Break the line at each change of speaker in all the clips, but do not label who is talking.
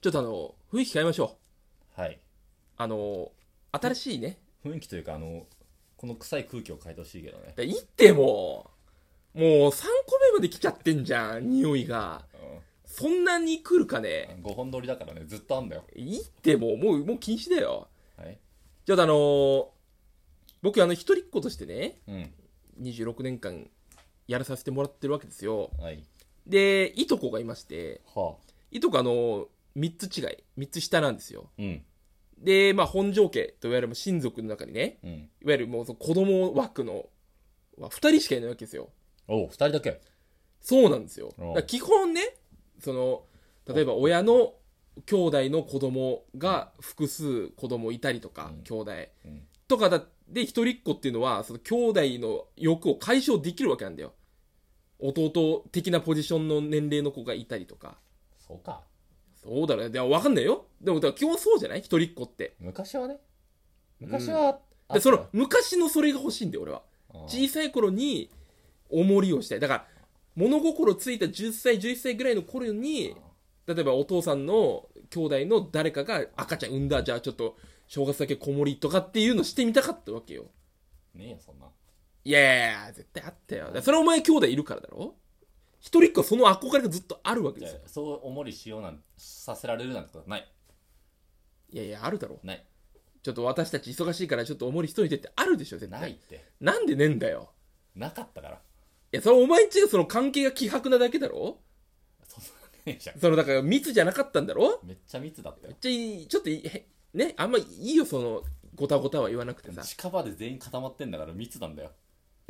ちょっとあの、雰囲気変えましょう。
はい
あの、新しいね。
雰囲気というかあのこの臭い空気を変えてほしいけどね
いいってもう、もう3個目まで来ちゃってんじゃん、匂いが。そんなに来るかね。
5本撮りだからねずっとあんだよ
いいってもう、もう、もう禁止だよ。
はい
ちょっとあのー僕あの、一人っ子としてね、
うん
26年間やらさせてもらってるわけですよ。
はい
で、いとこがいまして、
はい
とこあのー、3つ違い、3つ下なんですよ。
あうん
で、まあ、本庄家といわゆる親族の中にね、
うん
いわゆるもうその子供枠の、は2人しかいないわけですよ。
おう2人だけ
そうなんですよ。
う
だ
ん
から基本ね、その、例えば親の兄弟の子供が複数子供いたりとか、
うん
兄弟
うん
とかだで、一人っ子っていうのは、その兄弟の欲を解消できるわけなんだよ。弟的なポジションの年齢の子がいたりとか。
そうか
そうだろうね。でもわかんないよ。でも、だから基本そうじゃない一人っ子って。
昔はね昔は、あ
で、その、昔のそれが欲しいんだよ、俺は。
あ
小さい頃に重りをしたいだから物心ついた10歳11歳ぐらいの頃に例えばお父さんの兄弟の誰かが赤ちゃん産んだじゃあちょっと正月だけ子守とかっていうのしてみたかったわけよ
ねえよそんない
やいやいや絶対あったよだからそれはお前兄弟いるからだろ一人っ子はその憧れがずっとあるわけ
じ
です
ゃ
よ
あそうおもりしようなんさせられるなんてことはない
いやいやあるだろ
ない
ちょっと私たち忙しいからちょっとお守り一人でってあるでしょ絶対
ないって
なんでねえんだよ
なかったから
いやそれはお前んちがその関係が希薄なだけだろ
そんなわけねえじゃん
そのだから密じゃなかったんだろ
めっちゃ密だったよ
めっちゃいいちょっといいへねあんまいいよそのごたごたは言わなくてさ
近場で全員固まってんだから密なんだよ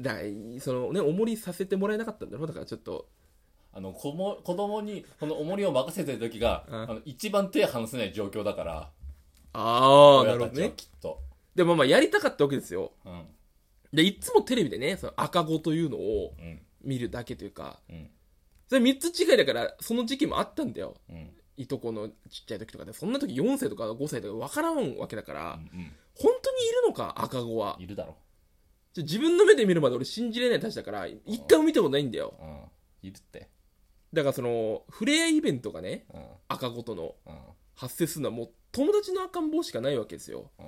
だからそのねおもりさせてもらえなかったんだろだからちょっと
あの子も子供にこの重りを任せてる時が、
うん
あの一番手離せない状況だから
ああな
親
る
た
ほ
ち
ど
は
ね
きっと、
でもまあやりたかったわけですよ
うん
でいつもテレビでねその赤子というのを
うん
見るだけというか
うん
それ3つ違いだからその時期もあったんだよ
うん
いとこのちっちゃい時とかでそんな時4歳とか5歳とか分からんわけだか
う
ら本
ん
当にいるのか赤子は
うんいるだろ
ちょ自分の目で見るまで俺信じれないたちだから一回も見たことないんだよ
うんいるって
だからその触れ合いイベントがね
うん
赤子との
うん
発生するのはもう友達の赤ん坊しかないわけですよ
うん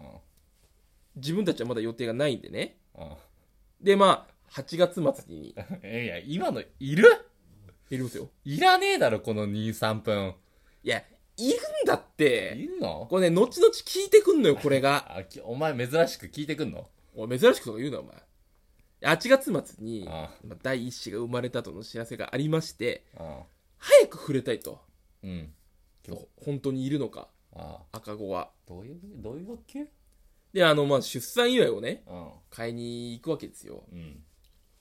自分たちはまだ予定がないんでね
う
でまあ8月末に
ん いや今のいる
いるんですよ
いらねえだろこの23分
いやいるんだって
いんの
これね後々聞いてくんのよこれが
あきお前珍しく聞いてくんの
おい珍しくとか言うなお前8月末に
あ
まあ第一子が生まれたとの知らせがありまして
あ
早く触れたいと
うん今日
本当にいるのか
ああ
赤子は
どういうどういう欲求
であのまあ出産祝いをね
うん
買いに行くわけですよ
うん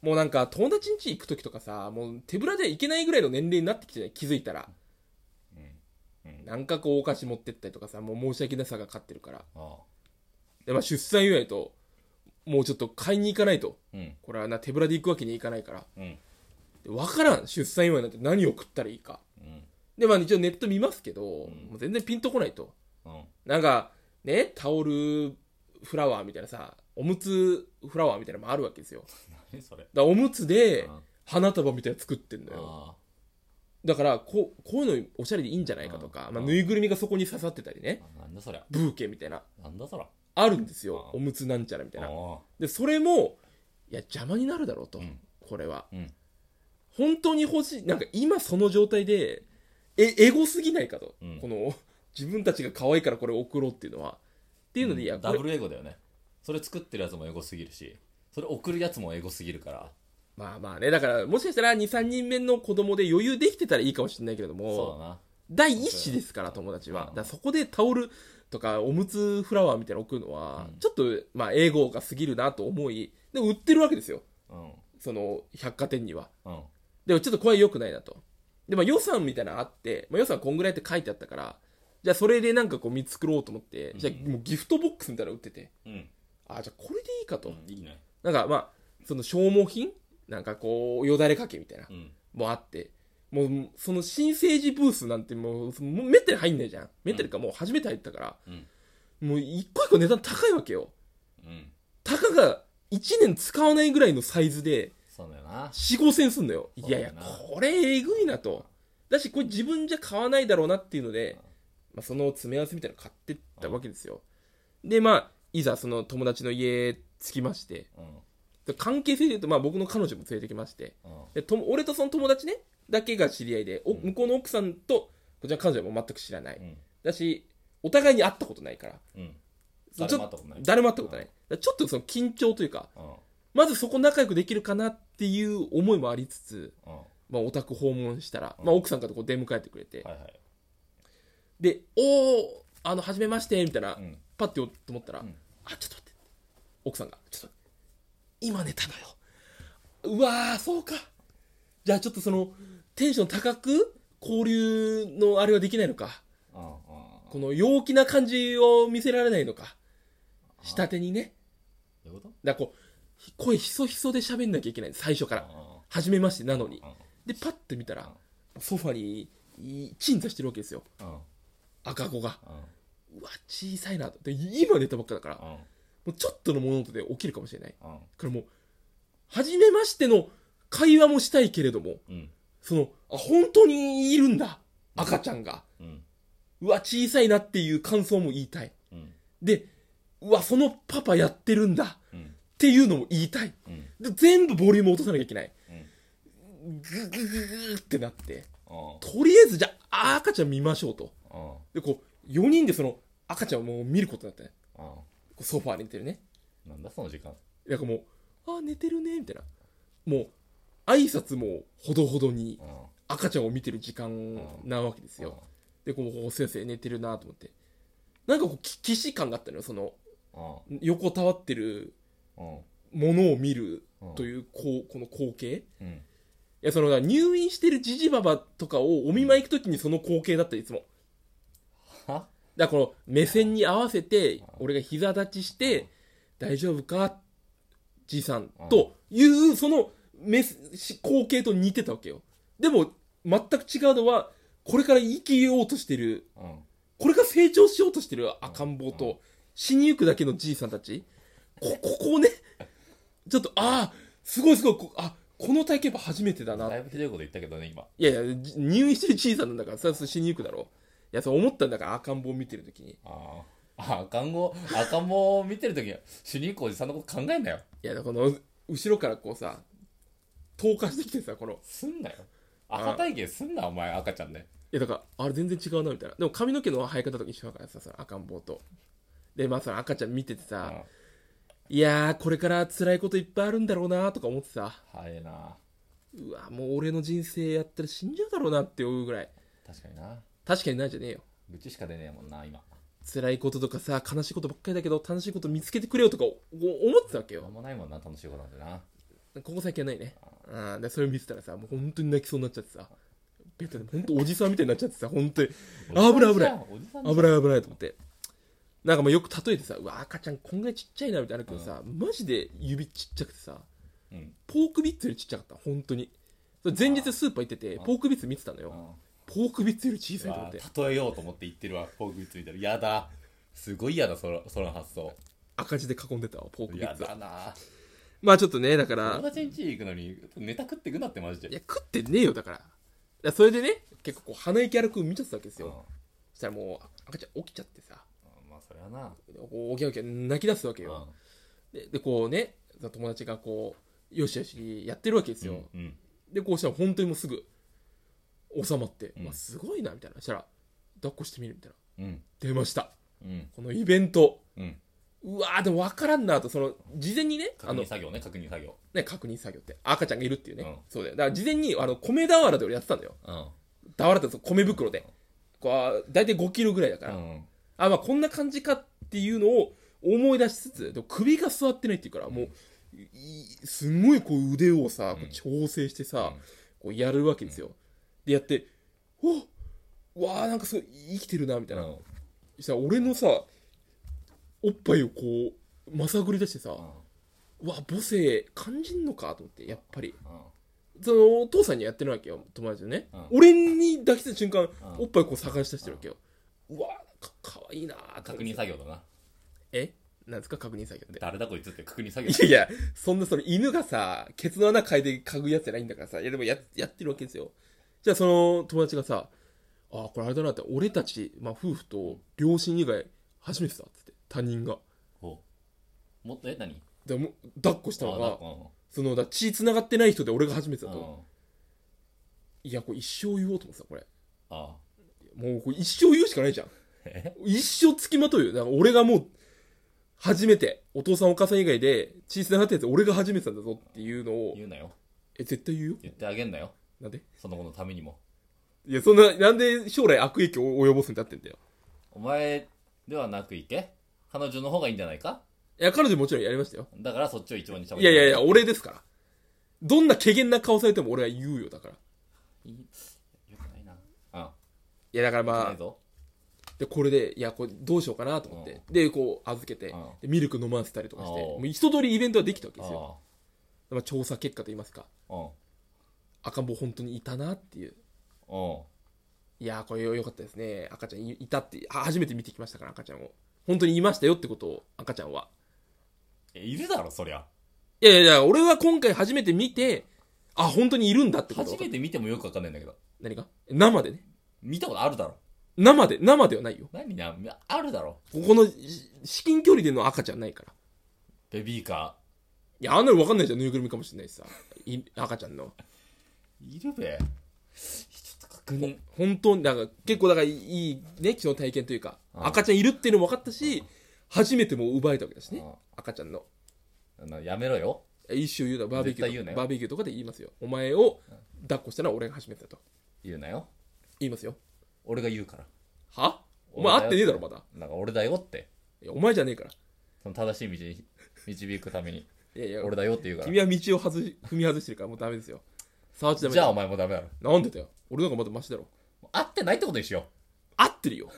もうなんか友達ん家行く時とかさもう手ぶらで行けないぐらいの年齢になってきてない気づいたら
うんうん
なんかこうお菓子持ってったりとかさもう申し訳なさが勝ってるから
ああ
で、まあ、出産祝いともうちょっと買いに行かないと
うん
これはな手ぶらで行くわけにいかないから
うん
で分からん出産祝いなんて何を食ったらいいか
うん
でまあ一応ネット見ますけど、
ん
もう全然ピンとこないと
うん
なんかねタオルフラワーみたいなさおむつフラワーみたいなのもあるわけですよだか
何それ
らおむつで
うん
花束みたいなの作ってんのよ
あ
だからこうこういうのおしゃれでいいんじゃないかとか、
うん
まあ、ぬいぐるみがそこに刺さってたりね
あなんだそりゃ
ブーケみたいな
なんだそりゃ
あるんですよ
う
おむつなんちゃらみたいな
あ
でそれもいや邪魔になるだろうと、
うん
これは
あうん
本当に欲しいなんか今その状態でえエゴすぎないかと、
うん
この自分たちが可愛いからこれ送ろうっていうのはっていうので、いやこ
ダ
れ
ブルエゴだよねそれ作ってるやつもエゴすぎるしそれ送るやつもエゴすぎるから
まあまあねだからもしかしたら23人目の子供で余裕できてたらいいかもしれないけれど
そう
も
だな
第一子ですから友達は、
う
だ
ん
からそこでタオルとかおむつフラワーみたいなの送るのは、ちょっとまあエゴが過ぎるなと思いでも売ってるわけですよ
うん
その百貨店には
うん
でもちょっとこれは良くないなと。で、まあ予算みたいなのあって、まあ予算こんぐらいって書いてあったから、じゃあそれでなんかこう見繕ろうと思って、
うん
じゃあもうギフトボックスみたいなの売ってて、
うん
あ、じゃあこれでいいかと。
いいね
なんかまあ、その消耗品なんかこう、よだれかけみたいな、
うん
もあって、もうその新生児ブースなんてもう、そのもうめったに入んないじゃん。めったにかもう初めて入ったから、
うん
もう一個一個値段高いわけよ。
うん
たかが1年使わないぐらいのサイズで、
そうだよな
4、5千すんのよ。
そ
いう
だ
や
よ
い
な
や、これえぐいなと。だし、これ自分じゃ買わないだろうなっていうので、まあ、その詰め合わせみたいなの買ってったわけですよでまあいざその友達の家着きまして
うんうん
で関係性で言うと、まあ、僕の彼女も連れてきましてでとも俺とその友達ねだけが知り合いでお
うん
向こうの奥さんとこちらの彼女はもう全く知らない
うん
だしお互いに会ったことないから
うん
ちょ
誰も会ったことない
誰も会ったことないだからちょっとその緊張というか
うん
まずそこ仲良くできるかなっていう思いもありつつ、
うんは
まあ、お宅訪問したら、
うん
まあ、奥さんからこう出迎えてくれて、
いはい
で「おおあの初めまして」みたいな、
うん
パッてよと思ったら、
うん
あちょっと待って奥さんが「ちょっと今寝たのよ」うわーそうかじゃあちょっとそのテンション高く交流のあれはできないのか
うんうん
この陽気な感じを見せられないのか下手にね
どういうこと
だからこう声ひそひそで喋んなきゃいけない最初から
う
初めましてなのに
んうん
でパッて見たらソファにい鎮座してるわけですよ
うんうん
赤子が
うん
うわ小さいなとで今寝たばっかだから
うん
もうちょっとの物音で起きるかもしれないだ
うん
からもう初めましての会話もしたいけれども
うん
そのあ本当にいるんだ赤ちゃんが
うん
うわ小さいなっていう感想も言いたい
うん
でうわそのパパやってるんだっ
うん
ていうのも言いたい
うん
で全部ボリューム落とさなきゃいけない
う
グ
ん
ググググってなって
うん
とりあえずじゃあ赤ちゃん見ましょうと
う
で
ん
こう4人でその赤ちゃんをもう見ることになってね
うん
こうソファーに寝てるね
なんだその時間
なんかもう「あー寝てるね」みたいなもう挨拶もほどほどに
うん
赤ちゃんを見てる時間なわけですよでこうお先生寝てるなと思ってなんかこうき既視感があったのよその
うん
横たわってる
うん
ものを見る
うん
というこうこの光景い
うん
やそのだから入院してるじじばばとかをお見舞い行く時にその光景だったいつも
は
だからこの目線に合わせて俺が膝立ちして「大丈夫かじいさん」というその目し光景と似てたわけよでも全く違うのはこれから生きようとしてる
うん
これから成長しようとしてる赤ん坊と死にゆくだけのじいさんたちこここをねちょっとああすごいすごいこあこの体験やっぱ初めてだな
だいぶひどいこと言ったけどね今
いやいやじ入院してるじいさんなんだからそれは死にゆくだろいやそう思ったんだから赤ん坊を見てる時に
ああ赤ん坊赤ん坊を見てる時に主任おじさんのこと考えんなよ
いやだからこの後ろからこうさ透過してきてさこの
すんなよ赤体験すんなお前赤ちゃんで
いやだからあれ全然違うなみたいなでも髪の毛の生え方とか一緒だからさその赤ん坊とでまあその赤ちゃん見てて
うん
さいやーこれから辛いこといっぱいあるんだろうなとか思ってさ
早いな
うわもう俺の人生やったら死んじゃうだろうなって思うぐらい
確かにな
確かにないじゃねえよ
愚痴しか出ねえもんな今
辛いこととかさ悲しいことばっかりだけど楽しいこと見つけてくれよとかお思ってたわけ
何
よ
もないもんな楽しいことなんてな
ここ最近はないねうんでそれ見てたらさもう本当に泣きそうになっちゃってさベッドで本当おじさんみたいになっちゃってさ本当に危ない危ない
おじさんじゃん
危ない危ないと思ってなんかもうよく例えてさうわ赤ちゃんこんぐらいちっちゃいなみたいなのあるけどさ、マジで指ちっちゃくてさ
うん
ポークビッツよりちっちゃかった本当にそれ前日スーパー行ってて
あ
ポークビッツ見てたの
う
よ
ん
ポークビッツより小さいと思
わ
って
あ例えようと思って言ってるわフォークビッツみたいなやだすごい嫌だそのその発想
赤字で囲んでたわポークビッ
や
ツは
だな
まあちょっとねだか
友
ら
達ん家行くのにネタ食ってくなってマジで
いや食ってねえよだからだからそれでね結構こう鼻息荒く見ちゃってたわけです
うん
よ、そしたらもう赤ちゃん起きちゃってさ
うんまあそれはな
こうおきゃおきゃ泣き出すわけよ、ででこうねその友達がこうよしよしやってるわけですよ、
うんうん
でこうしたら本当にもうすぐ収まって、
うん
まあ、すごいなみたいなしたら抱っこしてみるみたいな
うん
出ました
うん
このイベント
うん
うわーでも分からんなとその事前にね
確
あの
認作業ね確認作業
ね確認作業って赤ちゃんがいるっていうね、
うん
そうだよだから事前にあの米俵で俺やってたんだよ
うん
俵ってその米袋でこうあー大体5キロぐらいだから、
うん
あまあこんな感じかっていうのを思い出しつつでも首が座ってないっていうからもう、いすんごいこう腕をさこう調整してさ、
うん
こうやるわけですよ、でやって「おうわあなんかすごい生きてるな」みたいな、
うん
そしたら俺のさおっぱいをこうまさぐり出してさ、うわ母性感じんのかと思ってやっぱり
う
そのお父さんにはやってるわけよ友達のね、
う
俺に抱きついた瞬間、
ん
おっぱいこう探し出してるわけよ、うわかかわいいなーって
確認作業だな
えなんですか確認作業って
誰だこいつって確認作業
いやいやそんなその犬がさケツの穴嗅いで嗅ぐやつじゃないんだからさいやでもややってるわけですよじゃあその友達がさ「ああこれあれだなって俺たち、まあ、夫婦と両親以外初めてだっつって他人が
ほうもっとえ何
でも抱っこしたの
あ
が
抱っこ
そのだ血繋がってない人で俺が初めて
うん
だ
う
と
ん
いやこれ一生言おうと思ってたこれ
あ
もうこれ一生言うしかないじゃん
え
一生つきまとうよだから俺がもう初めてお父さんお母さん以外で血繋がってるやつ俺が初めてなんだぞっていうのを
言うなよ
え絶対言うよ
言ってあげんなよ
なんで
その子のためにも
いやそんななんで将来悪影響を及ぼすんだってんだよ
お前ではなくいけ彼女の方がいいんじゃないか
いや彼女もちろんやりましたよ
だからそっちを一番にしゃべ
いやいやいや俺ですからどんな怪げな顔されても俺は言うよだから
よくないなあ
いやだからま
な
あ
いぞ
でこれでいやこれどうしようかなと思ってでこう預けて
うん
でミルク飲ませたりとかして
う
も
ん
う一通りイベントはできたわけ
あ
ですよ
あ
まあ調査結果といいますか
うん
赤ん坊本当にいたなっていう
うん
いやーこれよかったですね赤ちゃんいいたってあ初めて見てきましたから赤ちゃんを本当にいましたよってことを赤ちゃんは
えいるだろそりゃ
いやいやいや俺は今回初めて見てあ本当にいるんだってこと
初めて見てもよくわかんないんだけど
何が生でね
見たことあるだろ
生で生ではないよ
何なあるだろ
ここのし至近距離での赤ちゃんないから
ベビーカ
いやあんなの分かんないじゃんぬいぐるみかもしれないしさい赤ちゃんの
ーいるべちょっと確認
本当にだから結構だからいいね昨日体験というか
うん
赤ちゃんいるっていうのも分かったし初めても奪えたわけだしね
うん
赤ちゃんの
あのやめろよ
一周言うだバーベキュ
絶対言う
ー
な
と
よ
バーベキューとかで言いますよお前を抱っこしたのは俺が初めてだと
言うなよ
言いますよ
俺が言うから
はお前会ってねえだろまだ
なんか俺だよって
いやお前じゃねえから
その正しい道に 導くために
いやいや
俺だよって言うから
君は道を外し踏み外してるからもうダメですよ触っちゃダメ
じ
だ
ゃあ
よ
お前もダメだろ
なんでだよ俺の方がまだマシだろ
会ってないってことにしよう
合ってるよ